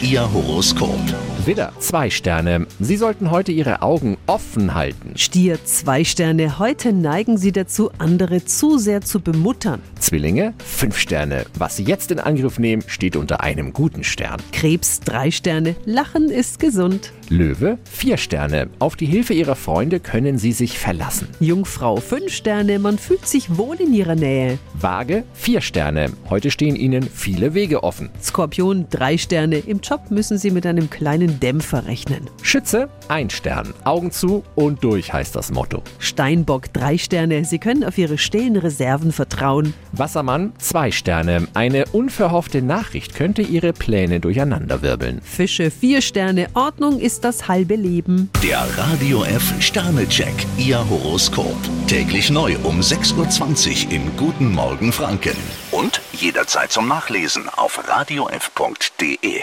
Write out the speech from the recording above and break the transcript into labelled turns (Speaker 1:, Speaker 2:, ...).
Speaker 1: Ihr Horoskop.
Speaker 2: Widder, zwei Sterne. Sie sollten heute Ihre Augen offen halten.
Speaker 3: Stier, zwei Sterne. Heute neigen Sie dazu, andere zu sehr zu bemuttern.
Speaker 2: Zwillinge, fünf Sterne. Was Sie jetzt in Angriff nehmen, steht unter einem guten Stern.
Speaker 3: Krebs, drei Sterne. Lachen ist gesund.
Speaker 2: Löwe, vier Sterne. Auf die Hilfe Ihrer Freunde können Sie sich verlassen.
Speaker 3: Jungfrau, fünf Sterne. Man fühlt sich wohl in Ihrer Nähe.
Speaker 2: Waage, vier Sterne. Heute stehen Ihnen viele Wege offen.
Speaker 3: Skorpion, drei Sterne. Im Job müssen Sie mit einem kleinen Dämpfer rechnen.
Speaker 2: Schütze, ein Stern. Augen zu und durch heißt das Motto.
Speaker 3: Steinbock, drei Sterne. Sie können auf Ihre stillen Reserven vertrauen.
Speaker 2: Wassermann, zwei Sterne. Eine unverhoffte Nachricht könnte Ihre Pläne durcheinanderwirbeln.
Speaker 3: Fische, vier Sterne. Ordnung ist das halbe Leben.
Speaker 1: Der Radio F Sternecheck, Ihr Horoskop. Täglich neu um 6.20 Uhr im Guten Morgen Franken. Und jederzeit zum Nachlesen auf radiof.de.